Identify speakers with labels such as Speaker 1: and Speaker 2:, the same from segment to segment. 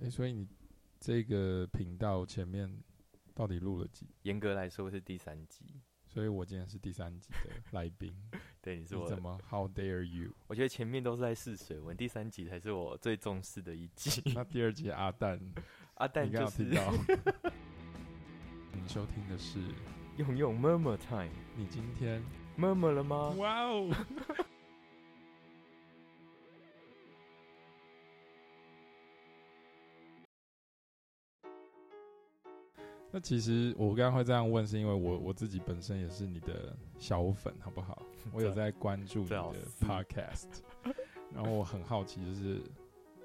Speaker 1: 诶，所以你这个频道前面到底录了几？
Speaker 2: 严格来说是第三集。
Speaker 1: 所以我今天是第三集的来宾，
Speaker 2: 对， 你是
Speaker 1: 你
Speaker 2: 我，
Speaker 1: 怎么？How dare you？
Speaker 2: 我觉得前面都是在试水文，第三集才是我最重视的一集。
Speaker 1: 那第二集阿蛋，
Speaker 2: 阿蛋
Speaker 1: 你刚
Speaker 2: 就
Speaker 1: 好
Speaker 2: 是
Speaker 1: 听到。 你收听的是
Speaker 2: 用用 murmur time
Speaker 1: 你今天
Speaker 2: murmur 了吗？
Speaker 1: 哇哦！ 那其实我刚刚会这样问，是因为我我自己本身也是你的小粉，好不好？我有在关注你
Speaker 2: 最好
Speaker 1: 的
Speaker 2: 是
Speaker 1: podcast，然后我很好奇，就是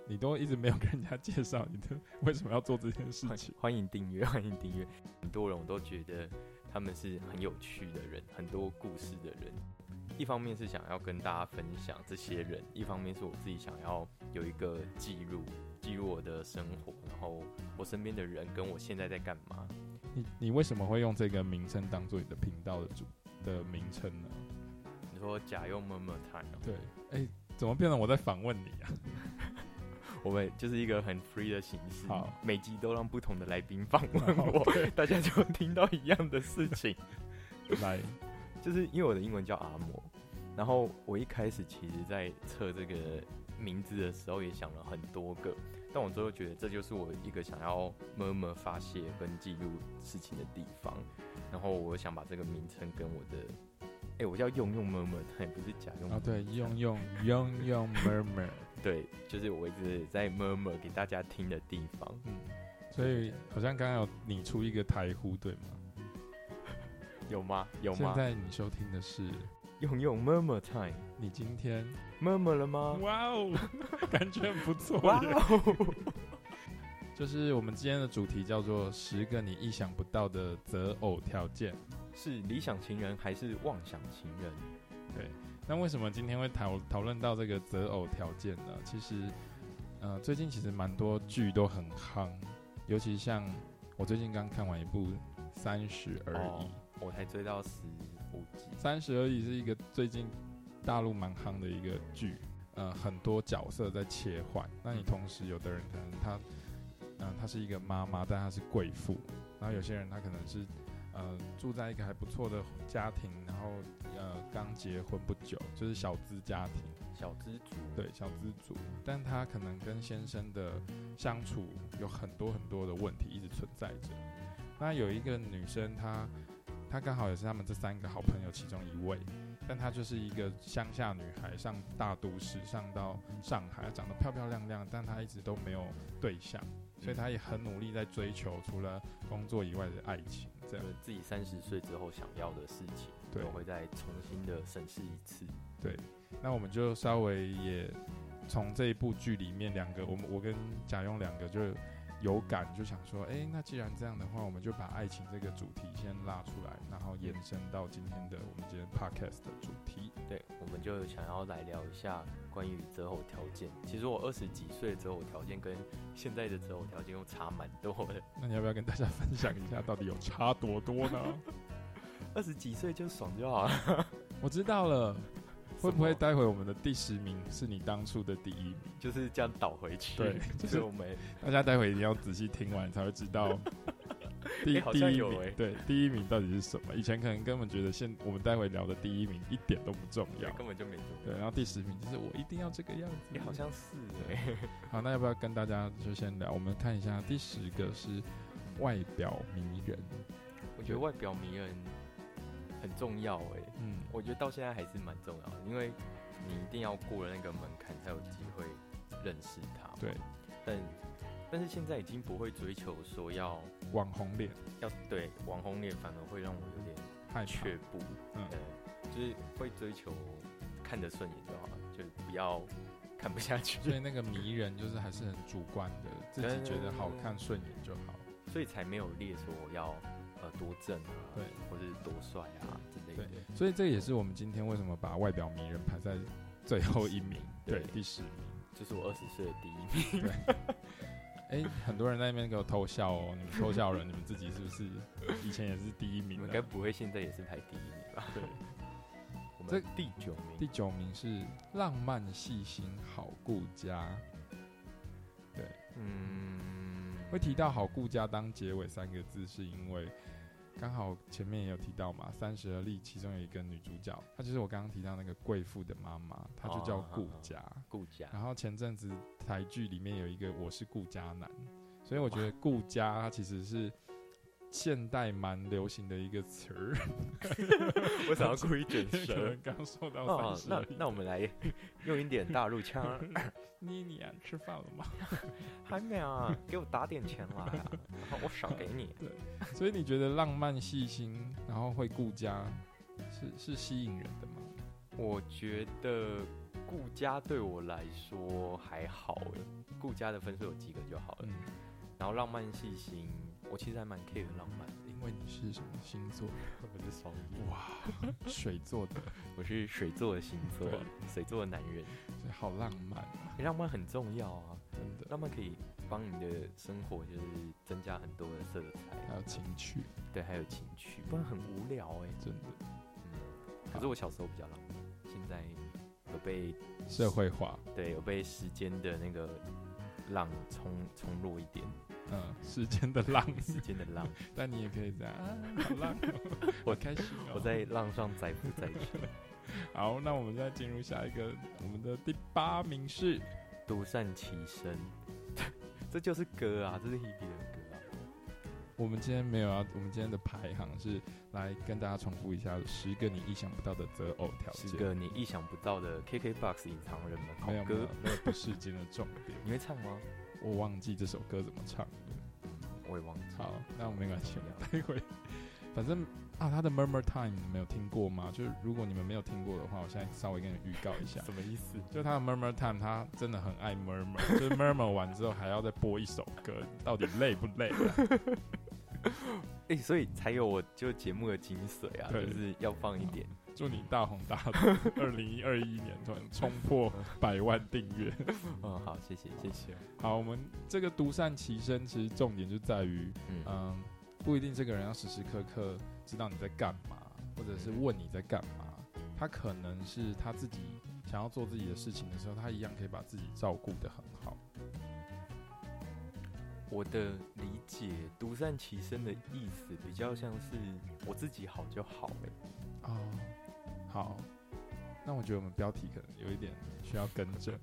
Speaker 1: 你都一直没有跟人家介绍你的为什么要做这件事
Speaker 2: 欢
Speaker 1: 情，
Speaker 2: 欢迎订阅，欢迎订阅。很多人我都觉得他们是很有趣的人，很多故事的人。一方面是想要跟大家分享这些人，一方面是我自己想要有一个记录，记录我的生活，然后我身边的人跟我现在在干嘛。
Speaker 1: 你你为什么会用这个名称当做你的频道的主的名称呢？
Speaker 2: 你说假用 murmur time，哦
Speaker 1: 对，哎、怎么变成我在访问你啊？
Speaker 2: 我们就是一个很 free 的形式，
Speaker 1: 好
Speaker 2: 每集都让不同的来宾访问
Speaker 1: 好
Speaker 2: 我，大家就听到一样的事情。
Speaker 1: 来，
Speaker 2: 就是因为我的英文叫阿莫，然后我一开始其实在测这个名字的时候也想了很多个，但我最后觉得这就是我一个想要默默发泄跟记录事情的地方，然后我想把这个名称跟我的，哎、我叫用用默默，但不是假用
Speaker 1: 啊，对，用用用用 murmur，
Speaker 2: 对，就是我一直在默默给大家听的地方。
Speaker 1: 嗯，所以好像刚刚有拟出一个台呼，对吗？
Speaker 2: 有吗？有
Speaker 1: 现
Speaker 2: 吗？
Speaker 1: 在你收听的是
Speaker 2: 用用 murmur time
Speaker 1: 你今天，
Speaker 2: murmur 了吗？
Speaker 1: 哇哦， 感觉很不错
Speaker 2: 哇
Speaker 1: 耶。
Speaker 2: 哦！
Speaker 1: 就是我们今天的主题叫做十个你意想不到的择偶条件。
Speaker 2: 是理想情人还是妄想情人？
Speaker 1: 那为什么今天会讨讨论到这个择偶条件呢？其实，呃，最近其实蛮多剧都很夯，尤其像我最近刚看完一部《三十而已》
Speaker 2: 哦我才追到十五集，
Speaker 1: 三十而已是一个最近大陆蛮夯的一个剧，呃，很多角色在切换。那你同时有的人可能他，嗯、她是一个妈妈，但她是贵妇；然后有些人他可能是，呃，住在一个还不错的家庭，然后呃刚结婚不久，就是小资家庭，
Speaker 2: 小知足。
Speaker 1: 对小资族，但他可能跟先生的相处有很多很多的问题一直存在着。那有一个女生，她她刚好也是他们这三个好朋友其中一位，但她就是一个乡下女孩，上大都市，上到上海，长得漂漂亮亮，但她一直都没有对象，所以她也很努力在追求除了工作以外的爱情。这
Speaker 2: 就
Speaker 1: 样
Speaker 2: 是自己三十岁之后想要的事情，
Speaker 1: 对
Speaker 2: 我会再重新的审视一次。
Speaker 1: 那我们就稍微也从这一部剧里面两个，我们我跟贾用两个就有感，就想说，哎、那既然这样的话，我们就把爱情这个主题先拉出来，然后延伸到今天的我们今天 podcast 的主题。
Speaker 2: 对，我们就想要来聊一下关于择偶条件。其实我二十几岁的择偶条件跟现在的择偶条件又差蛮多的。
Speaker 1: 那你要不要跟大家分享一下，到底有差多多呢？
Speaker 2: 二十几岁就爽就好了，
Speaker 1: 我知道 了，会不会
Speaker 2: 什么
Speaker 1: 待会我们的第十名是你当初的第一名？
Speaker 2: 就是这样倒回去？
Speaker 1: 对就
Speaker 2: 就是是我们
Speaker 1: 大家待会一定要仔细听完才会知 道第、
Speaker 2: 诶好
Speaker 1: 第
Speaker 2: 像
Speaker 1: 一
Speaker 2: 有
Speaker 1: 名、
Speaker 2: 诶
Speaker 1: 对第一名到底是什么。以前可能根本觉得现我们待会聊的第一名一点都不重要，
Speaker 2: 根本就没做。
Speaker 1: 对，然后啊第十名就是我一定要这个样
Speaker 2: 哎、
Speaker 1: 子。
Speaker 2: 好像是哎、
Speaker 1: 好，那要不要跟大家就先聊？我们看一下第十个是外表迷人，
Speaker 2: 我觉得外表迷人很重要哎、
Speaker 1: 嗯，
Speaker 2: 我觉得到现在还是蛮重要的，因为你一定要过了那个门槛，才有机会认识他。，
Speaker 1: 对，
Speaker 2: 但但是现在已经不会追求说要
Speaker 1: 网红脸
Speaker 2: 要对网红脸，反而会让我有点
Speaker 1: 害怕
Speaker 2: 却步。
Speaker 1: 嗯
Speaker 2: 对，就是会追求看得顺眼就好了，就不要看不下去，
Speaker 1: 所以那个迷人就是还是很主观的，自
Speaker 2: 对
Speaker 1: 己
Speaker 2: 对
Speaker 1: 觉得
Speaker 2: 对
Speaker 1: 好
Speaker 2: 对
Speaker 1: 看顺眼就好。
Speaker 2: 所以才没有列说我要呃多正啊，
Speaker 1: 对，
Speaker 2: 或是多帅啊之类的。
Speaker 1: 所以这也是我们今天为什么把外表迷人排在最后一名，对，
Speaker 2: 对
Speaker 1: 第十名。
Speaker 2: 就是我二十岁的第一名，
Speaker 1: 哎、很多人在那边给我偷笑哦，你们偷笑人，你们自己是不是以前也是第一
Speaker 2: 你
Speaker 1: 名啊
Speaker 2: 们
Speaker 1: 呢？
Speaker 2: 该不会现在也是排第一名吧？
Speaker 1: 对，
Speaker 2: 我
Speaker 1: 这
Speaker 2: 们第九名，
Speaker 1: 第九名是浪漫、细心、好顾家。
Speaker 2: 嗯，
Speaker 1: 会提到“好顾家”当结尾三个字，是因为刚好前面也有提到嘛，《三十而立》其中有一个女主角，她就是我刚刚提到那个贵妇的妈妈，她就叫
Speaker 2: 哦
Speaker 1: 顾家。
Speaker 2: 顾家，
Speaker 1: 然后前阵子台剧里面有一个“我是顾家男”，所以我觉得“顾家”它其实是现代蛮流行的一个词儿。
Speaker 2: 我想要故意卷
Speaker 1: 可
Speaker 2: 舌
Speaker 1: 能。 刚受到
Speaker 2: 哦，
Speaker 1: 三
Speaker 2: 那
Speaker 1: 十，
Speaker 2: 那我们来用一点大陆 腔，
Speaker 1: 妮妮啊，吃饭了吗？
Speaker 2: 还没啊，给我打点钱来啊，然 后我赏给你。
Speaker 1: 所以你觉得浪漫、细心，然后会顾家，是是吸引人的吗？
Speaker 2: 我觉得顾家对我来说还好诶，顾家的分数有及格就好了。
Speaker 1: 嗯，
Speaker 2: 然后浪漫细心，我其实还蛮 care 浪漫的，
Speaker 1: 因为你是什么星座？
Speaker 2: 我是双鱼，
Speaker 1: 哇，水做的，
Speaker 2: 我是水做的星座
Speaker 1: 对，
Speaker 2: 水做的男人，
Speaker 1: 所以好浪漫啊，
Speaker 2: 诶浪漫很重要啊，
Speaker 1: 真的，
Speaker 2: 浪漫可以帮你的生活就是增加很多的色彩，
Speaker 1: 还有情趣，
Speaker 2: 对，还有情趣，不然很无聊哎、
Speaker 1: 真的
Speaker 2: 嗯，可是我小时候比较浪漫，现在有被
Speaker 1: 社会化，
Speaker 2: 对有被时间的那个浪冲冲落一 点，
Speaker 1: 嗯，世间的 浪，
Speaker 2: 时间的 浪，
Speaker 1: 但你也可以这样，啊好浪 哦，
Speaker 2: 我
Speaker 1: 好开心哦。
Speaker 2: 我在浪上载浮载沉。
Speaker 1: 好，那我们再进入下一个，我们的第八名是
Speaker 2: 独善其身， 这就是歌啊，这是 Hebe 的歌啊。
Speaker 1: 我们今天没有要，我们今天的排行是来跟大家重复一下十个你意想不到的择偶条件。
Speaker 2: 是个你意想不到的 KKBOX 隐藏人们好
Speaker 1: 没有没有
Speaker 2: 歌，
Speaker 1: 那个不是今天的重点，
Speaker 2: 你会唱吗？
Speaker 1: 我忘记这首歌怎么唱了。
Speaker 2: 我也忘记了。，
Speaker 1: 好，那我没关系，我们待会。反正啊，他的 Murmur Time 你们有听过吗？就是如果你们没有听过的话，我现在稍微跟你预告一下
Speaker 2: 什么意思？
Speaker 1: 就他的 Murmur Time，他真的很爱 murmur，就是 murmur 完之后还要再播一首歌，到底累不累、啊？
Speaker 2: 哎、所以才有我就节目的精髓啊，
Speaker 1: 对
Speaker 2: 就是要放一点。
Speaker 1: 祝你大红大紫，二零一二一年突然冲破百万订阅。
Speaker 2: 嗯，好，谢谢，谢谢。
Speaker 1: 好，我们这个独善其身，其实重点就在于，
Speaker 2: 嗯，
Speaker 1: 嗯，不一定这个人要时时刻刻知道你在干嘛，
Speaker 2: 嗯
Speaker 1: 或者是问你在干嘛。他可能是他自己想要做自己的事情的时候，他一样可以把自己照顾得很好。
Speaker 2: 我的理解，独善其身的意思比较像是我自己好就好、欸，
Speaker 1: 哦，好，那我觉得我们标题可能有一点需要更 正。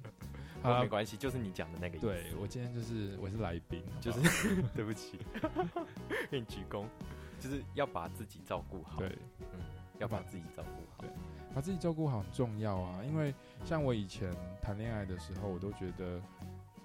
Speaker 1: 好
Speaker 2: 好，
Speaker 1: 啦
Speaker 2: 哦没关系，就是你讲的那个意思。
Speaker 1: 啊对我今天就是我是来宾，好不好
Speaker 2: 就是对不起， 给你鞠躬，就是要把自己照顾好，嗯
Speaker 1: 对。
Speaker 2: 要把自己照顾好。
Speaker 1: 把自己照顾好很重要啊，因为像我以前谈恋爱的时候，我都觉得，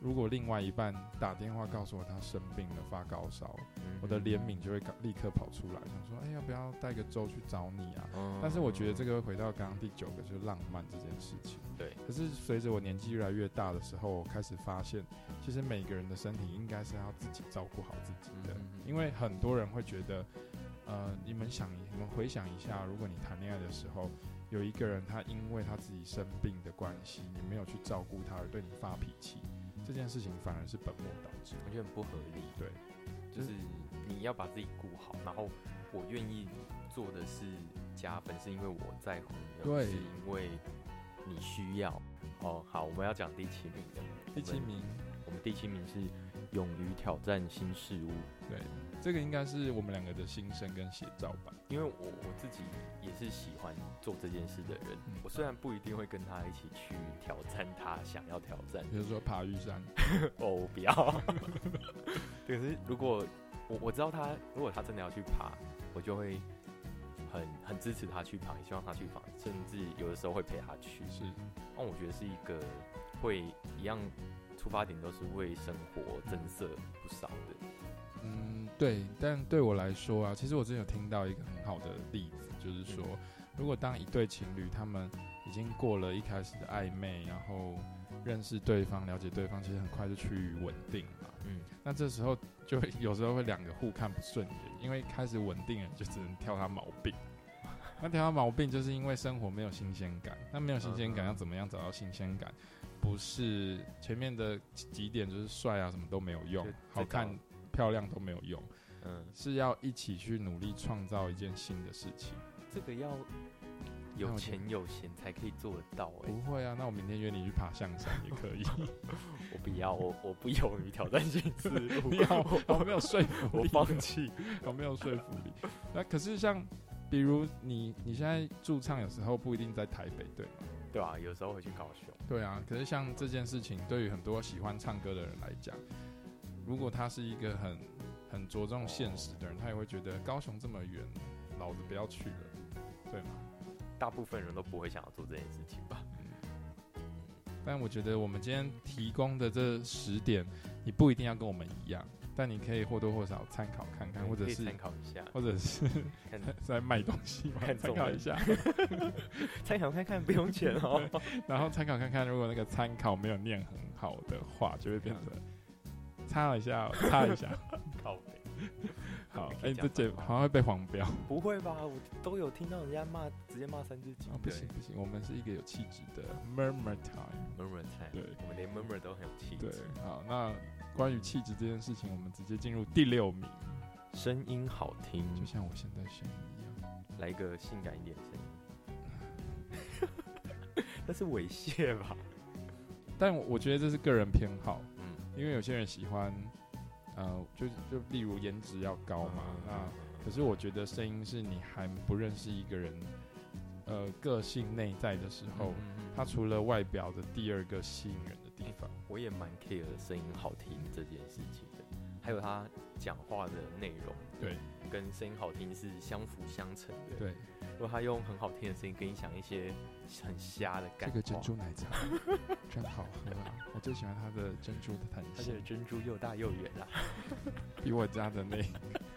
Speaker 1: 如果另外一半打电话告诉我他生病了发高烧，
Speaker 2: 嗯
Speaker 1: 我的怜悯就会赶立刻跑出来，想说，哎、要不要带个粥去找你啊？
Speaker 2: 嗯
Speaker 1: 但是我觉得这个会回到刚刚第九个，就是浪漫这件事情。
Speaker 2: 对，
Speaker 1: 可是随着我年纪越来越大的时候，我开始发现，其实每个人的身体应该是要自己照顾好自己的，
Speaker 2: 嗯嗯嗯
Speaker 1: 因为很多人会觉得，呃，你们想，你们回想一下，如果你谈恋爱的时候，有一个人他因为他自己生病的关系，你没有去照顾他而对你发脾气，这件事情反而是本末倒置。
Speaker 2: 我觉得很不合理。
Speaker 1: 对，
Speaker 2: 就是
Speaker 1: 嗯
Speaker 2: 你要把自己顾好，然后我愿意做的是加分，是因为我在乎你，而不
Speaker 1: 对
Speaker 2: 是因为你需要。哦，好，我们要讲第七名的，
Speaker 1: 第七名，
Speaker 2: 我们第七名是勇于挑战新事物。
Speaker 1: 对，这个应该是我们两个的心声跟写照吧。
Speaker 2: 因为我我自己也是喜欢做这件事的人，
Speaker 1: 嗯
Speaker 2: 我虽然不一定会跟他一起去挑战他想要挑战，
Speaker 1: 比如说爬玉山，
Speaker 2: 哦，我不要。 对可是如果我我知道他，如果他真的要去爬，我就会很很支持他去爬，也希望他去爬，甚至有的时候会陪他去。
Speaker 1: 是
Speaker 2: 那我觉得是一个会一样出发点都是为生活增色不少的。
Speaker 1: 嗯，对，但对我来说啊，其实我之前有听到一个很好的例子，就是说，如果当一对情侣他们已经过了一开始的暧昧，然后认识对方、了解对方，其实很快就趋于稳定嘛。
Speaker 2: 嗯，
Speaker 1: 那这时候就会有时候会两个互看不顺眼，因为开始稳定了就只能挑他毛病。 那挑他毛病，就是因为生活没有新鲜感。那没有新鲜感，
Speaker 2: 嗯嗯
Speaker 1: 要怎么样找到新鲜感？不是前面的几几点就是帅啊，什么都没有用
Speaker 2: 就，
Speaker 1: 好看
Speaker 2: 再找、
Speaker 1: 漂亮都没有用，
Speaker 2: 嗯，
Speaker 1: 是要一起去努力创造一件新的事情。
Speaker 2: 这个要
Speaker 1: 那
Speaker 2: 有
Speaker 1: 我就
Speaker 2: 钱有闲才可以做得到哎、
Speaker 1: 不会啊，那我明天约你去爬象山也可 以。
Speaker 2: 我不要，我我不勇于挑战性 事物
Speaker 1: 你好，我没有说服
Speaker 2: 我
Speaker 1: 力，
Speaker 2: 放弃。
Speaker 1: 我没有说服力。那可是像，比如你你现在驻唱，有时候不一定在台北，对吗？
Speaker 2: 对啊，有时候会去高雄。
Speaker 1: 对啊，可是像这件事情，对于很多喜欢唱歌的人来讲，如果他是一个很很着重现实的人，他也会觉得高雄这么远，老子不要去了，对吗？
Speaker 2: 大部分人都不会想要做这件事情吧？
Speaker 1: 但我觉得我们今天提供的这十点，你不一定要跟我们一样，但你可以或多或少参考看看，或者
Speaker 2: 哎可以
Speaker 1: 是哦
Speaker 2: 参考一下，
Speaker 1: 或者是
Speaker 2: 看
Speaker 1: 在卖东西嘛，
Speaker 2: 看
Speaker 1: 参
Speaker 2: 中
Speaker 1: 考
Speaker 2: 文
Speaker 1: 一 下，
Speaker 2: 参考看看，不用钱 哦。
Speaker 1: 然后参考看看，如果那个参考没有念很好的话，就会变成擦一下，哦擦 一下。
Speaker 2: 靠北
Speaker 1: 好，哎、
Speaker 2: 可以
Speaker 1: 这
Speaker 2: 讲
Speaker 1: 节
Speaker 2: 脏话
Speaker 1: 好哦像会被黄标。
Speaker 2: 不会吧？我都有听到人家骂，直接骂三字经、
Speaker 1: 哦，不行不行，我们是一个有气质的 murmur time。
Speaker 2: ，murmur 菜，
Speaker 1: 对
Speaker 2: 我们连 murmur 都很有气
Speaker 1: 对
Speaker 2: 质。，
Speaker 1: 好，那关于气质这件事情，我们直接进入第六名，
Speaker 2: 声音好听，
Speaker 1: 就像我现在声音一样。
Speaker 2: 来个性感一点的声音。 那是猥亵吧？
Speaker 1: 但我我觉得这是个人偏好，
Speaker 2: 嗯，
Speaker 1: 因为有些人喜欢，呃，就就例如颜值要高嘛，那可是我觉得声音是你还不认识一个人，呃，个性内在的时候，
Speaker 2: 嗯
Speaker 1: 他除了外表的第二个吸引人的地方，
Speaker 2: 我也蛮 care 声音好听这件事情的，还有他讲话的内容，
Speaker 1: 对，
Speaker 2: 跟声音好听是相辅相成的。，
Speaker 1: 对，
Speaker 2: 如果他用很好听的声音跟你讲一些很瞎的
Speaker 1: 这
Speaker 2: 感
Speaker 1: 个珍珠奶 茶真好喝啊！我最喜欢它的珍珠的弹
Speaker 2: 而且
Speaker 1: 性，
Speaker 2: 珍珠又大又圆啊啦、
Speaker 1: 比我家的那，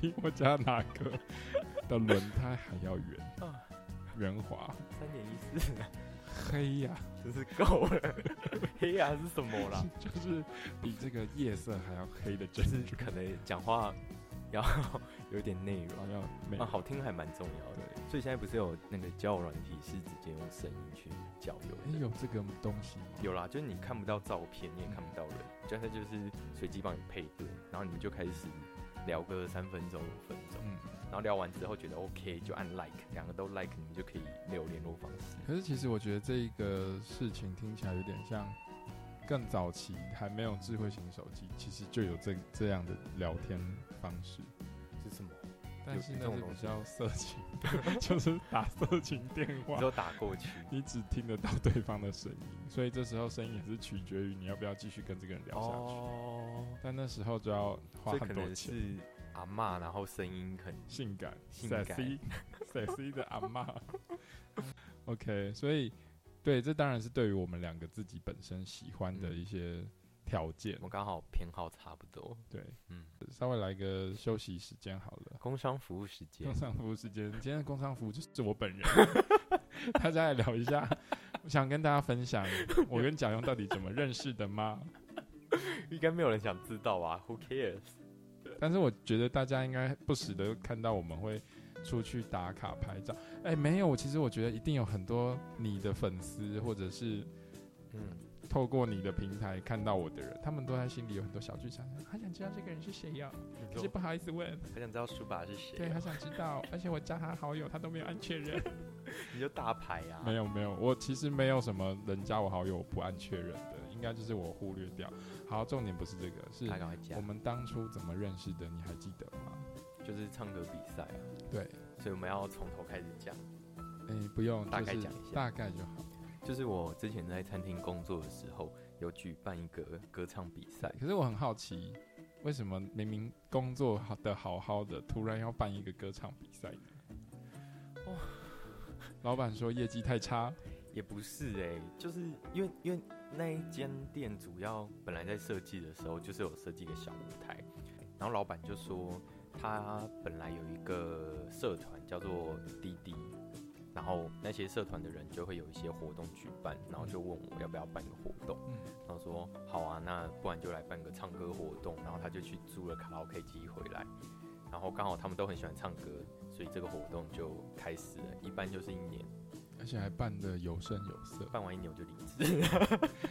Speaker 1: 比我家哪个的轮胎还要圆，
Speaker 2: 啊，
Speaker 1: 圆滑，
Speaker 2: 三点一四，啊
Speaker 1: 黑呀、
Speaker 2: 真是够了。 黑呀、是什么啦？
Speaker 1: 就是比这个夜色还要黑的
Speaker 2: 就
Speaker 1: 珍
Speaker 2: 是
Speaker 1: 珠，
Speaker 2: 可能讲话要有点内
Speaker 1: 好
Speaker 2: 容
Speaker 1: 像美
Speaker 2: 啊，。好听还蛮重要的。
Speaker 1: 对，
Speaker 2: 所以现在不是有那个交友软体是直接用声音去交友
Speaker 1: 哎，
Speaker 2: 的？
Speaker 1: 有这个东西吗？
Speaker 2: 有啦，就是你看不到照片，你也看不到人，但是就是随机帮你配对，然后你们就开始聊个三分钟、五分钟，
Speaker 1: 嗯，
Speaker 2: 然后聊完之后觉得 OK 就按 like，两个都 like，你们就可以留联络方式。
Speaker 1: 可是其实我觉得这一个事情听起来有点像。更早期还没有智慧型手机，其实就有这这样的聊天方式。
Speaker 2: 是什么？
Speaker 1: 但
Speaker 2: 有
Speaker 1: 是
Speaker 2: 这
Speaker 1: 那
Speaker 2: 种
Speaker 1: 是
Speaker 2: 东
Speaker 1: 比
Speaker 2: 西
Speaker 1: 较色 情的，就是打色情电
Speaker 2: 你
Speaker 1: 话，
Speaker 2: 都打过去，
Speaker 1: 你只听得到对方的声音，所以这时候声音也是取决于你要不要继续跟这个人聊下去。
Speaker 2: 哦，
Speaker 1: 但那时候就要花
Speaker 2: 这
Speaker 1: 很
Speaker 2: 可
Speaker 1: 多
Speaker 2: 能
Speaker 1: 钱，
Speaker 2: 是阿嬷，然后声音很
Speaker 1: 性感、
Speaker 2: 性感
Speaker 1: sexy、sexy 的阿妈。OK，所以对，这当然是对于我们两个自己本身喜欢的
Speaker 2: 嗯
Speaker 1: 一些条件。
Speaker 2: 我刚好偏好差不多。
Speaker 1: 对，
Speaker 2: 嗯，
Speaker 1: 稍微来个休息时间好了。
Speaker 2: 工商服务时间
Speaker 1: 工，商服务时间，今天的工商服务就是我 本人，大家来聊一下，我想跟大家分享我跟蒋勇到底怎么认识的吗？
Speaker 2: 应该没有人想知道吧？Who cares？
Speaker 1: 但是我觉得大家应该不时的看到我们会出去打卡拍照，哎、没有，其实我觉得一定有很多你的粉丝或者是
Speaker 2: 嗯，
Speaker 1: 透过你的平台看到我的人，他们都在心里有很多小剧场，他想知道这个人是谁呀、可是
Speaker 2: 嗯你
Speaker 1: 不好意思问，
Speaker 2: 很想知道舒爸是谁
Speaker 1: 对，
Speaker 2: 啊，
Speaker 1: 他想知道，而且我加他好友，他都没有安全人。
Speaker 2: 你就大牌啊。
Speaker 1: 没有没 有，我其实没有什么人加我好友我不按确认的，应该就是我忽略掉。好，重点不是这个，是
Speaker 2: 他赶快加
Speaker 1: 我，们当初怎么认识的，你还记得吗？
Speaker 2: 就是唱歌比赛啊，
Speaker 1: 对，
Speaker 2: 所以我们要从头开始讲。
Speaker 1: 哎、不用，
Speaker 2: 大概
Speaker 1: 就是
Speaker 2: 讲一下
Speaker 1: 大概就好。
Speaker 2: 就是我之前在餐厅工作的时候，有举办一个歌唱比赛，
Speaker 1: 可是我很好奇，为什么明明工作好的好好的，突然要办一个歌唱比赛呢？
Speaker 2: 哦
Speaker 1: 老板说业绩太差，
Speaker 2: 也不是哎、就是因为因为那一间店主要本来在设计的时候，就是有设计一个小舞台，然后老板就说他本来有一个社团叫做滴滴，然后那些社团的人就会有一些活动举办，然后就问我要不要办一个活动，
Speaker 1: 嗯
Speaker 2: 然后说好啊，那不然就来办个唱歌活动，然后他就去租了卡拉 OK 机回来，然后刚好他们都很喜欢唱歌，所以这个活动就开始了，一般就是一年，
Speaker 1: 而且还办的有声有色，
Speaker 2: 办完一年我就离职。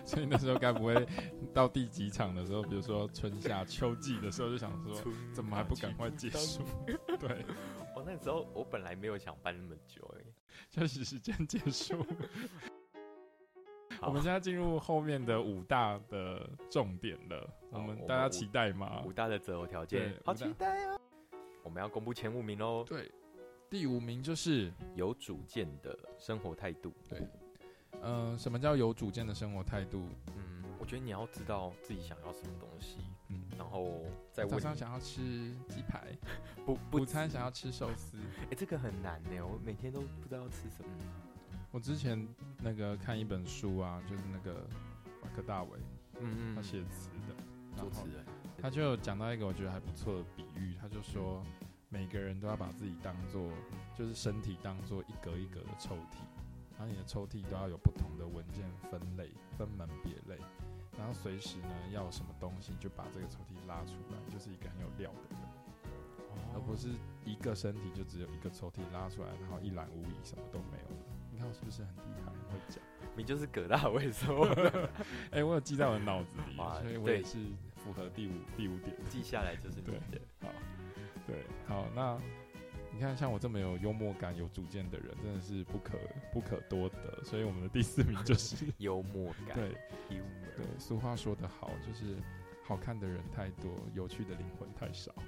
Speaker 1: 所以那时候该不会到第几场的时候，比如 说春夏秋季的时候，就想说怎么还不赶快结束？对，
Speaker 2: 哦，那时候我本来没有想办那么久、
Speaker 1: 休息时间结束，
Speaker 2: 哎，好
Speaker 1: 我们现在进入后面的五大的重点了，我
Speaker 2: 好我
Speaker 1: 们
Speaker 2: 们
Speaker 1: 大家
Speaker 2: 五
Speaker 1: 期待吗
Speaker 2: 五？大的择偶条
Speaker 1: 对
Speaker 2: 件，好
Speaker 1: 五大
Speaker 2: 期待哦！我们要公布前五名喽，
Speaker 1: 对，第五名就是
Speaker 2: 有主见的生活态度。
Speaker 1: 对，呃，什么叫有主见的生活态度？
Speaker 2: 嗯，我觉得你要知道自己想要什么东西，
Speaker 1: 嗯，
Speaker 2: 然后再问
Speaker 1: 早
Speaker 2: 你
Speaker 1: 上想要吃鸡排，
Speaker 2: 不 不
Speaker 1: 午餐
Speaker 2: 止
Speaker 1: 想要吃寿 司。
Speaker 2: 哎、这个很难呢，我每天都不知道吃什么。
Speaker 1: 我之前那个看一本书啊，就是那个马克大伟
Speaker 2: 嗯
Speaker 1: 他写词的，然
Speaker 2: 主
Speaker 1: 后
Speaker 2: 持人，
Speaker 1: 他就有讲到一个我觉得还不错的比喻，他就说每个人都要把自己当做就是身体当做一格一格的抽屉，然后你的抽屉都要有不同的文件分类、分门别类，然后随时呢要有什么东西就把这个抽屉拉出来，就是一个很有料的人，而不是一个身体就只有一个抽屉拉出来，然后一览无遗，什么都没有了。你看我是不是很厉害，很会讲？
Speaker 2: 你就是葛大为说，
Speaker 1: 哎、我有记在我的脑子里，
Speaker 2: 哇
Speaker 1: 所以我
Speaker 2: 对
Speaker 1: 也是符合第五第五点。
Speaker 2: 记下来就是你
Speaker 1: 对
Speaker 2: 的。，
Speaker 1: 好，对，好，那你看，像我这么有幽默感、有主见的人，真的是不可不可多得。所以我们的第四名就是
Speaker 2: 幽默感，
Speaker 1: 对
Speaker 2: ，humor，
Speaker 1: 对，俗话说得好，就是好看的人太多，有趣的灵魂太少。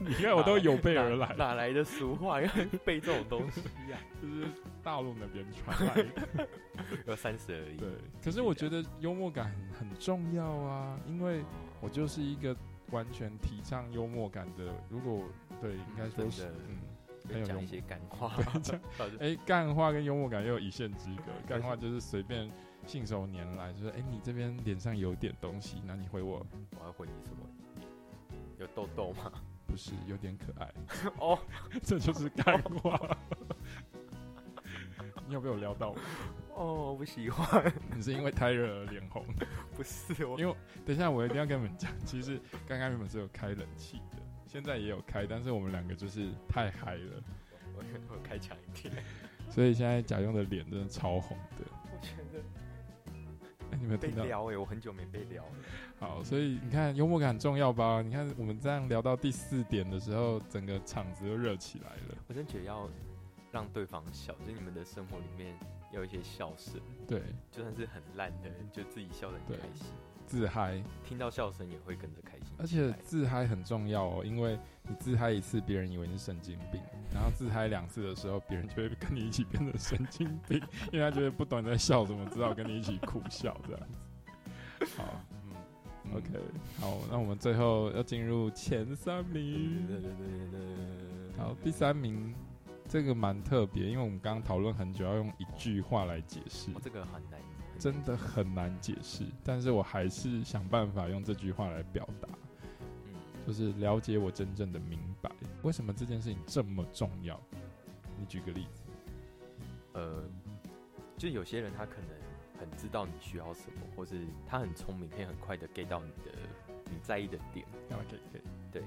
Speaker 1: 你看，我都有备而来，
Speaker 2: 哪哪来的俗话 要背这种东西啊呀、
Speaker 1: 就是大陆那边传来的。
Speaker 2: 要三十而已。
Speaker 1: 对，可是我觉得幽默感很很重要啊，因为我就是一个完全提倡幽默感的。如果对，应该说是
Speaker 2: 真的
Speaker 1: 嗯。很
Speaker 2: 要
Speaker 1: 有
Speaker 2: 讲
Speaker 1: 幽
Speaker 2: 一
Speaker 1: 默
Speaker 2: 些干话，到底
Speaker 1: 哎、干话跟幽默感又有一线之隔。干话就是随便信手拈来，就是哎、你这边脸上有点东西，那你回我
Speaker 2: 我要回你什么？有痘痘吗？
Speaker 1: 不是有点可爱，
Speaker 2: 哦，
Speaker 1: 这就是干话。 你有被我撩到我？
Speaker 2: 哦，我不喜欢，
Speaker 1: 你是因为太热而脸红？
Speaker 2: 不是我
Speaker 1: 因为等一下我一定要跟你们讲，其实刚刚原本是有开冷气的，现在也有开，但是我们两个就是太嗨了，
Speaker 2: 我我开强一点，
Speaker 1: 所以现在贾用的脸真的超红的。
Speaker 2: 我觉得
Speaker 1: 哎、你们有
Speaker 2: 被
Speaker 1: 听到？
Speaker 2: 撩哎、我很久没被撩了。
Speaker 1: 好，所以你看幽默感很重要吧？你看我们这样聊到第四点的时候，整个场子都热起来了。
Speaker 2: 我真觉得要让对方笑，就是你们的生活里面要有一些笑声，
Speaker 1: 对，
Speaker 2: 就算是很烂的，就自己笑得很
Speaker 1: 对
Speaker 2: 开心，
Speaker 1: 自嗨，
Speaker 2: 听到笑声也会跟着开心起来。
Speaker 1: 而且自嗨很重要哦，因为你自嗨一次，别人以为你是神经病；然后自嗨两次的时候，别人就会跟你一起变成神经 病，因为他觉得不懂你在笑什么，只好跟你一起苦笑这样子。好
Speaker 2: 嗯，
Speaker 1: 嗯，OK，好，那我们最后要进入前三
Speaker 2: 对
Speaker 1: 名。
Speaker 2: 对对对对。
Speaker 1: 好，第三名，这个蛮特别，因为我们刚刚讨论很久，要用一句话来解释
Speaker 2: 哦，，这个很难，很
Speaker 1: 真的很难解释。但是我还是想办法用这句话来表达，
Speaker 2: 嗯，
Speaker 1: 就是了解我真正的明白，为什么这件事情这么重要。你举个例子，
Speaker 2: 呃，就有些人他可能很知道你需要什么，或是他很聪明，可以很快的 get 到你的你在意的点。
Speaker 1: 干嘛可以可以？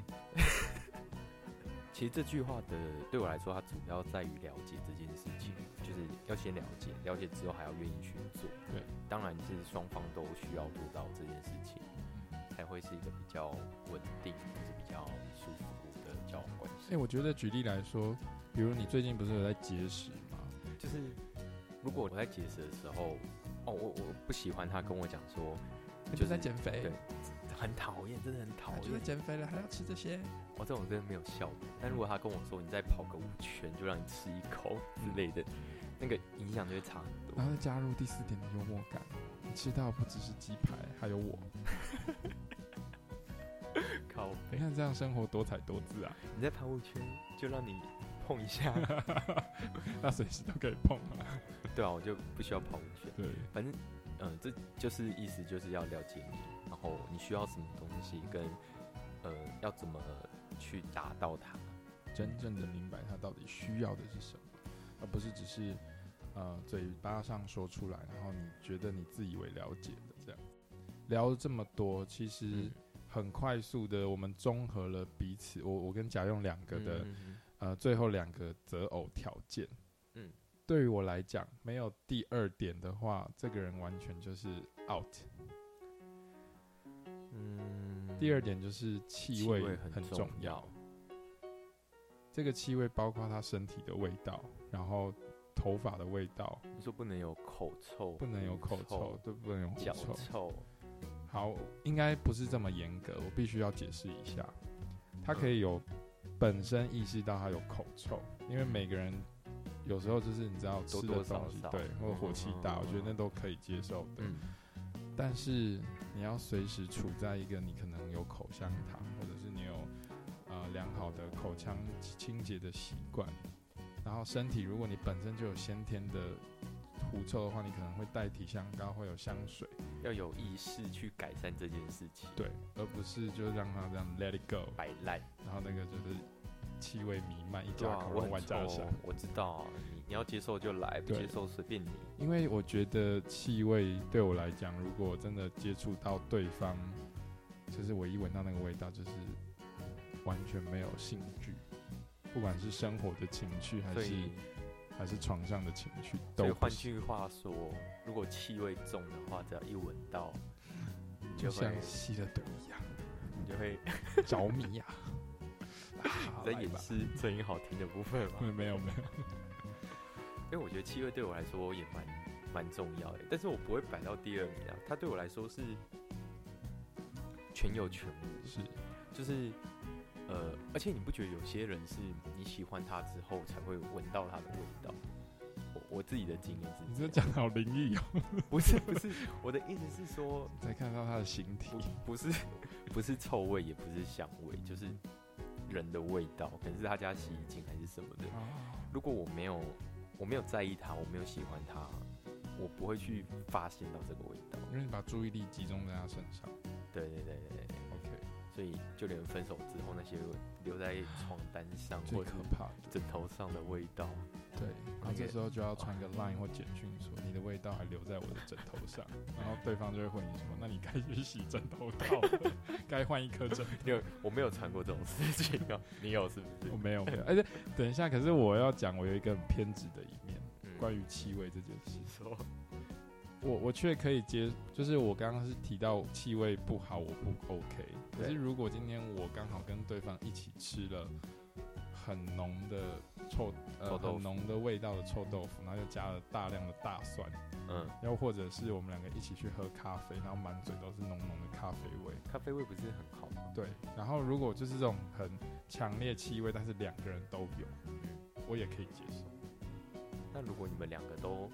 Speaker 2: 其实这句话的对我来说，它主要在于了解这件事情，就是要先了解，了解之后还要愿意去做。
Speaker 1: 对，
Speaker 2: 当然是双方都需要做到这件事情，
Speaker 1: 嗯
Speaker 2: 才会是一个比较稳定，或是比较舒服的交往关
Speaker 1: 哎、
Speaker 2: 系。
Speaker 1: 我觉得举例来说，比如你最近不是有在节食吗？
Speaker 2: 就是如果我在节食的时候，哦，我我不喜欢他跟我讲说，
Speaker 1: 就
Speaker 2: 就是
Speaker 1: 在减肥
Speaker 2: 对，很讨厌，真的很讨
Speaker 1: 我就在
Speaker 2: 厌。
Speaker 1: 减肥了，还要吃这些。
Speaker 2: 我、哦这种真的没有效果。但如果他跟我说你再跑个五圈，就让你吃一口之类的，那个影响就会差很多。
Speaker 1: 然后再加入第四点的幽默感，你吃到不只是鸡排，还有我。
Speaker 2: 靠
Speaker 1: 你
Speaker 2: 背，
Speaker 1: 看这样生活多彩多姿啊，
Speaker 2: 嗯你在跑五圈就让 你碰一下，
Speaker 1: 那随时都可以碰啊。
Speaker 2: 对啊，我就不需要跑五圈。
Speaker 1: 对，
Speaker 2: 反正，嗯、这就是意思就是要了解你，然后你需要什么东西，跟呃要怎么去达到它。
Speaker 1: 真正的明白他到底需要的是什么，而不是只是呃嘴巴上说出来，然后你觉得你自以为了解的这样。聊了这么多，其实
Speaker 2: 嗯
Speaker 1: 很快速的，我们综合了彼此，我我跟贾用两个的、
Speaker 2: 嗯嗯
Speaker 1: 呃最后两个择偶条件。
Speaker 2: 嗯，
Speaker 1: 对于我来讲，没有第二点的话，这个人完全就是 out。
Speaker 2: 嗯嗯嗯
Speaker 1: 第二点就是气味
Speaker 2: 很
Speaker 1: 很重要。
Speaker 2: 要，
Speaker 1: 这这个气味包括他身体的味道，然后头发的味道，
Speaker 2: 你说不能有口臭，
Speaker 1: 不能有口
Speaker 2: 狐
Speaker 1: 臭，对，不能有狐
Speaker 2: 哦脚
Speaker 1: 臭。
Speaker 2: 臭，
Speaker 1: 好，应该不是这么严格，我必须要解释一下，他可以有本身意识到他有口臭，因为每个人有时候就是你知道吃
Speaker 2: 多
Speaker 1: 的
Speaker 2: 多
Speaker 1: 东西
Speaker 2: 少少
Speaker 1: 对，或者火气大，
Speaker 2: 嗯
Speaker 1: 我觉得那都可以接受的。
Speaker 2: 嗯，
Speaker 1: 但是你要随时处在一个你可能有口香糖，或者是你有呃良好的口腔清洁的习惯，然后身体如果你本身就有先天的狐臭的话，你可能会代替香膏，会有香水，
Speaker 2: 要有意识去改善这件事情，，
Speaker 1: 对，而不是就让它这样 let it go，
Speaker 2: 摆烂，
Speaker 1: 然后那个就是气味弥漫，一
Speaker 2: 对
Speaker 1: 家
Speaker 2: 啊，
Speaker 1: 口
Speaker 2: 我
Speaker 1: 肉
Speaker 2: 很
Speaker 1: 万家
Speaker 2: 臭
Speaker 1: 香。，
Speaker 2: 我知道，你你要接受就来，不
Speaker 1: 对
Speaker 2: 接受随便你，
Speaker 1: 因为我觉得气味对我来讲，如果真的接触到对方，就是我一闻到那个味道，就是完全没有兴趣，不管是生活的情趣还
Speaker 2: 所
Speaker 1: 是
Speaker 2: 以
Speaker 1: 还是床上的情趣都
Speaker 2: 所以
Speaker 1: 不
Speaker 2: 换
Speaker 1: 行，
Speaker 2: 句话说，如果气味重的话，只要一闻到，你
Speaker 1: 就
Speaker 2: 就会
Speaker 1: 嗯像吸了毒一样
Speaker 2: 你就会
Speaker 1: 着迷呀、啊。
Speaker 2: 在
Speaker 1: 来
Speaker 2: 掩
Speaker 1: 吧
Speaker 2: 饰声音好听的部分嘛。
Speaker 1: 没有没有，
Speaker 2: 因为我觉得气味对我来说也蛮蛮重要的，但是我不会摆到第二名啊。它对我来说是全有全无，
Speaker 1: 是
Speaker 2: 就是呃，而且你不觉得有些人是你喜欢他之后才会闻到他的味道？我我自己的经验
Speaker 1: 你
Speaker 2: 是
Speaker 1: 这
Speaker 2: 这样，
Speaker 1: 讲得 好灵异哦，
Speaker 2: 不是不是，我的意思是说，
Speaker 1: 才看到他的形体
Speaker 2: 不不是不是臭味，也不是香味，就是人的味道，可能是他家洗衣精还是什么的。
Speaker 1: 啊，
Speaker 2: 如果我没有我没有在意它，我没有喜欢它，我不会去发现到这个味道。
Speaker 1: 因为你把注意力集中在他身上。
Speaker 2: 对对对对对，
Speaker 1: OK，
Speaker 2: 所以就连分手之后那些留在床单上
Speaker 1: 最
Speaker 2: 或者
Speaker 1: 可怕的。
Speaker 2: 枕头上的味道，
Speaker 1: 对，然后
Speaker 2: 那
Speaker 1: 这
Speaker 2: 个
Speaker 1: 时候就要传个 line 或简讯说你的味道还留在我的枕头上，然后对方就会回你说，那你该去洗枕头套了，该换一颗 枕头。
Speaker 2: 因为我没有传过这种事情啊， 你有是不是
Speaker 1: 我？哦没有没有，而且等一下，可是我要讲我有一个很偏执的一面，
Speaker 2: 嗯
Speaker 1: 关于气味这件事
Speaker 2: 你，说，
Speaker 1: 我我却可以接，就是我刚刚是提到气味不好，我不 OK，可是
Speaker 2: 对
Speaker 1: 如果今天我刚好跟对方一起吃了。很浓的臭，呃，
Speaker 2: 臭豆
Speaker 1: 很
Speaker 2: 腐
Speaker 1: 浓的味道的臭豆腐，然后又加了大量的大蒜，
Speaker 2: 嗯，
Speaker 1: 又或者是我们两个一起去喝咖啡，然后满嘴都是浓浓的咖啡味。
Speaker 2: 咖啡味不是很好吗？
Speaker 1: 对，然后如果就是这种很强烈气味，但是两个人都有，我也可以接受。
Speaker 2: 那如果你们两个都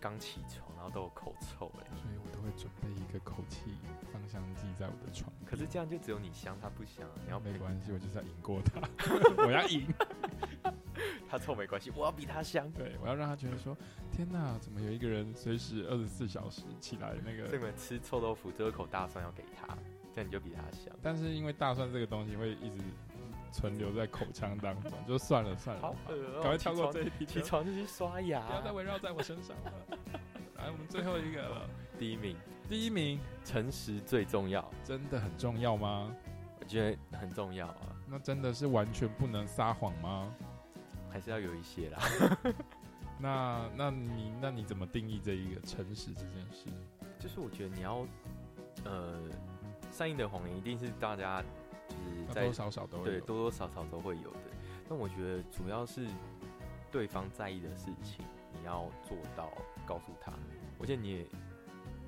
Speaker 2: 刚起床，然后都有口臭欸嘞，
Speaker 1: 所以我都会准备一个口气芳香剂在我的床。
Speaker 2: 可是这样就只有你香，他不香啊，你要
Speaker 1: 没
Speaker 2: 陪
Speaker 1: 关系，我就是要赢过 他，我要赢。
Speaker 2: 他臭没关系，我要比他香。
Speaker 1: 对，我要让他觉得说，天哪，怎么有一个人随时二十四小时起来那
Speaker 2: 所以
Speaker 1: 个？
Speaker 2: 你们吃臭豆腐，这口大蒜要给他，这样你就比他香。
Speaker 1: 但是因为大蒜这个东西会一直存留在口腔当中，就算了算了，
Speaker 2: 好恶哦、
Speaker 1: 赶快跳过
Speaker 2: 起
Speaker 1: 这一题。
Speaker 2: 床，起床就去刷牙。
Speaker 1: 不要再围绕在我身上 了。来，我们最后一个了，
Speaker 2: 第一名，
Speaker 1: 第一名
Speaker 2: 诚实最重要，
Speaker 1: 真的很重要吗？
Speaker 2: 我觉得很重要啊，
Speaker 1: 那真的是完全不能撒谎吗？
Speaker 2: 还是要有一些啦。
Speaker 1: 那那你那你怎么定义这一个诚实这件事？
Speaker 2: 就是我觉得你要，呃，善意的谎言一定是大家就是
Speaker 1: 那
Speaker 2: 在
Speaker 1: 多少少都会
Speaker 2: 对
Speaker 1: 有
Speaker 2: 多多少少都会有的，但我觉得主要是对方在意的事情，你要做到告诉他。我觉得你也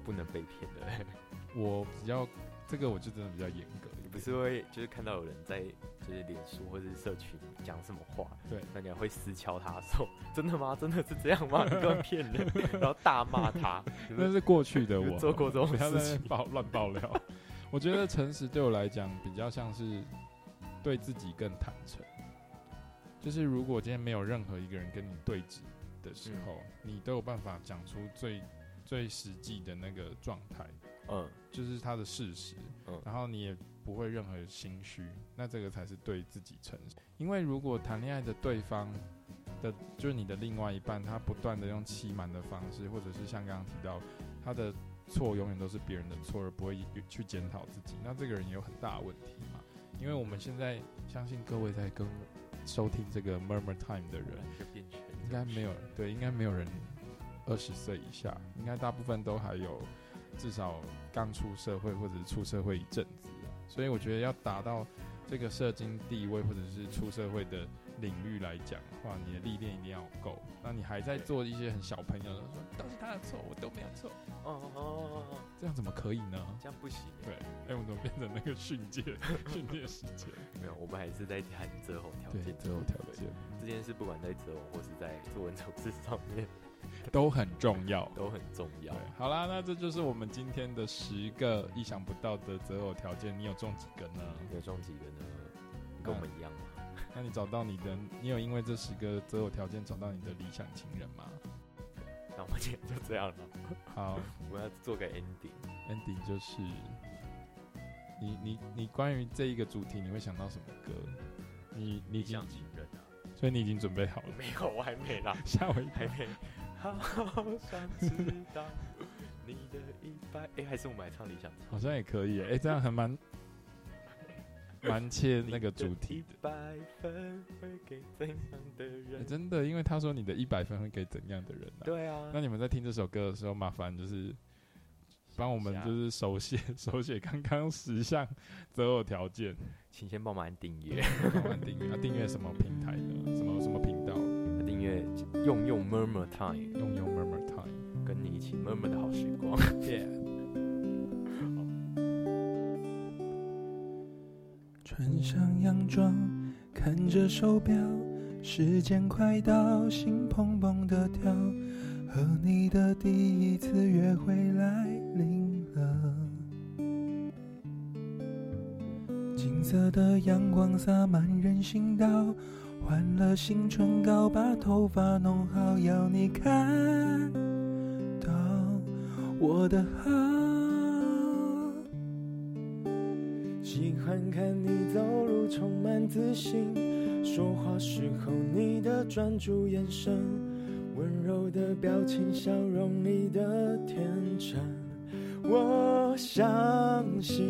Speaker 2: 不能被骗的、
Speaker 1: 我比较这个我就真的比较严格一点，
Speaker 2: 你不是会就是看到有人在就是脸书或者是社群讲什么话，
Speaker 1: 对
Speaker 2: 那你还会私敲他说 真的吗？真的是这样吗？你乱骗人， 然后大骂他，你
Speaker 1: 那
Speaker 2: 们
Speaker 1: 是过去的
Speaker 2: 你
Speaker 1: 我
Speaker 2: 们做过这 种
Speaker 1: 不要在
Speaker 2: 事
Speaker 1: 那边
Speaker 2: 情？
Speaker 1: 爆乱爆料。 我觉得诚实对我来讲比较像是对自己更坦诚，就是如果今天没有任何一个人跟你对峙的时
Speaker 2: 嗯
Speaker 1: 候，你都有办法讲出最最实际的那个状态，
Speaker 2: 嗯，
Speaker 1: 就是它的事实，
Speaker 2: 嗯
Speaker 1: 然后你也不会任何心虚，那这个才是对自己诚实。因为如果谈恋爱的对方的，就是你的另外一半，他不断的用欺瞒的方式，或者是像刚刚提到，他的错永远都是别人的错，而不会去检讨自己，那这个人也有很大的问题嘛。因为我们现在相信各位在跟 收听这个 Murmur Time 的人，
Speaker 2: 就变成哦
Speaker 1: 应该没有对，应该没有人二十岁以下，应该大部分都还有至少刚出社会或者是出社会一阵子，所以我觉得要达到这个社经地位或者是出社会的领域来讲的话，你的历练一定要够。那你还在
Speaker 2: 对
Speaker 1: 做一些很小朋友的说，都是他的错，我都没有错，
Speaker 2: 哦哦哦哦，
Speaker 1: 这样怎么可以呢？
Speaker 2: 这样不行。欸
Speaker 1: 对，哎、我们怎么变成那个训诫训诫时间？
Speaker 2: 没有，我们还是在谈择偶条
Speaker 1: 对，
Speaker 2: 件。
Speaker 1: 择偶条件
Speaker 2: 这件事，不管在择偶或是在做人处事上面，
Speaker 1: 都很重要。
Speaker 2: 都很重要
Speaker 1: 对。，好啦，那这就是我们今天的十个意想不到的择偶条件，你有中几个 呢？
Speaker 2: 有中几个呢？你跟我们一样吗？
Speaker 1: 那你找到你的，你有因为这十个择偶条件找到你的理想情人吗？
Speaker 2: 那我们今天就这样了。
Speaker 1: 好
Speaker 2: 我要做个 ending。
Speaker 1: ，ending 就是你你你关于这一个主题，你会想到什么歌？你你已经，
Speaker 2: 情人啊？
Speaker 1: 所以你已经准备好了，
Speaker 2: 没有，我还没啦，
Speaker 1: 吓我一跳
Speaker 2: 还。没。好想知道你的一百，哎，还是我们来唱理想情
Speaker 1: 好像也可以耶，哎、这样还蛮蛮切那个主 题
Speaker 2: 一百分会给怎样的
Speaker 1: 的、
Speaker 2: 人？
Speaker 1: 真的，因为他说你的一百分会给怎样的人呢、
Speaker 2: 对啊，
Speaker 1: 那你们在听这首歌的时候，麻烦就是帮我们就是手写手写刚刚十项择偶条件，
Speaker 2: 请先帮忙订阅，
Speaker 1: 帮我们订阅，啊订阅什么平台呢？什么什么频道？
Speaker 2: 订阅用用 Murmur Time，
Speaker 1: 用用 Murmur Time。
Speaker 2: 跟你一起 Murmur 的好时光。
Speaker 3: 穿上洋装，看着手表，时间快到，心砰砰的跳。和你的第一次约会来临了，金色的阳光洒满人行道，换了新唇膏，把头发弄好，要你看到我的好。喜欢看你走路充满自信，说话时候你的专注眼神，温柔的表情，笑容里的天真。我相信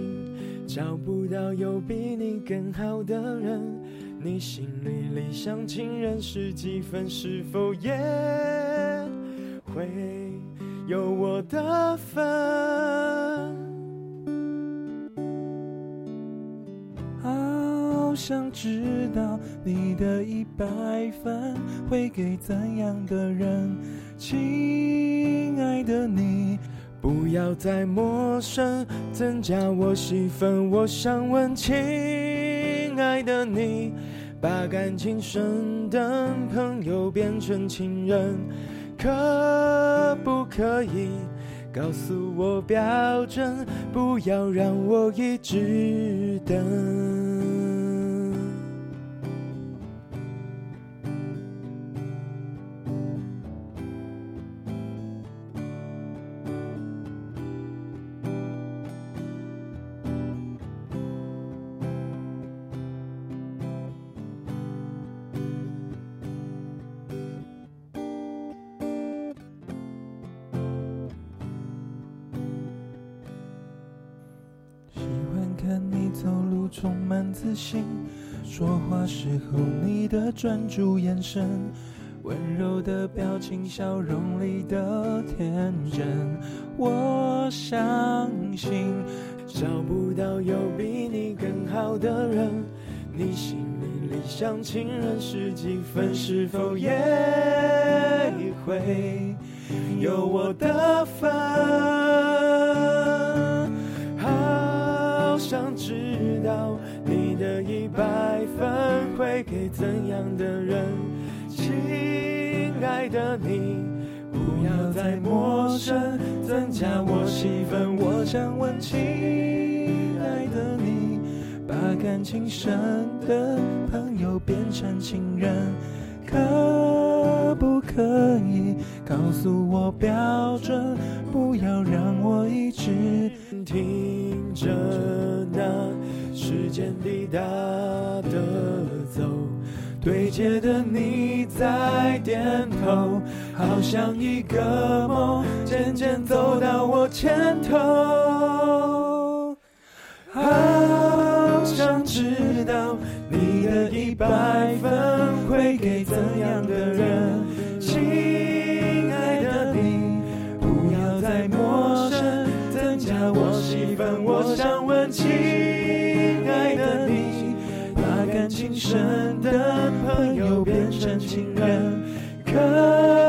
Speaker 3: 找不到有比你更好的人，你心里理想情人是几分？是否也会有我的份？好想知道你的一百分会给怎样的人，亲爱的你。不要再陌生，增加我戏份。我想问，亲爱的你，把感情升等，朋友变成情人，可不可以告诉我标准？不要让我一直等。喜欢看你走路充满自信，说话时候你的专注眼神，温柔的表情，笑容里的天真。我相信找不到有比你更好的人，你心里理想情人是几分？是否也会有我的份？好想知道你的一百分会给怎样的人？亲爱的你，不要再陌生，增加我戏份。我想问，亲爱的你，把感情升的朋友变成情人，可不可以告诉我标准？不要让我一直听着那时间滴答的走，对街的你在点头，好像一个梦，渐渐走到我前头。好想知道你的一百分会给怎样的人，亲爱的你。不要再陌生，增加我戏份。我想问，亲爱的你，变情深的朋友变成情人，可。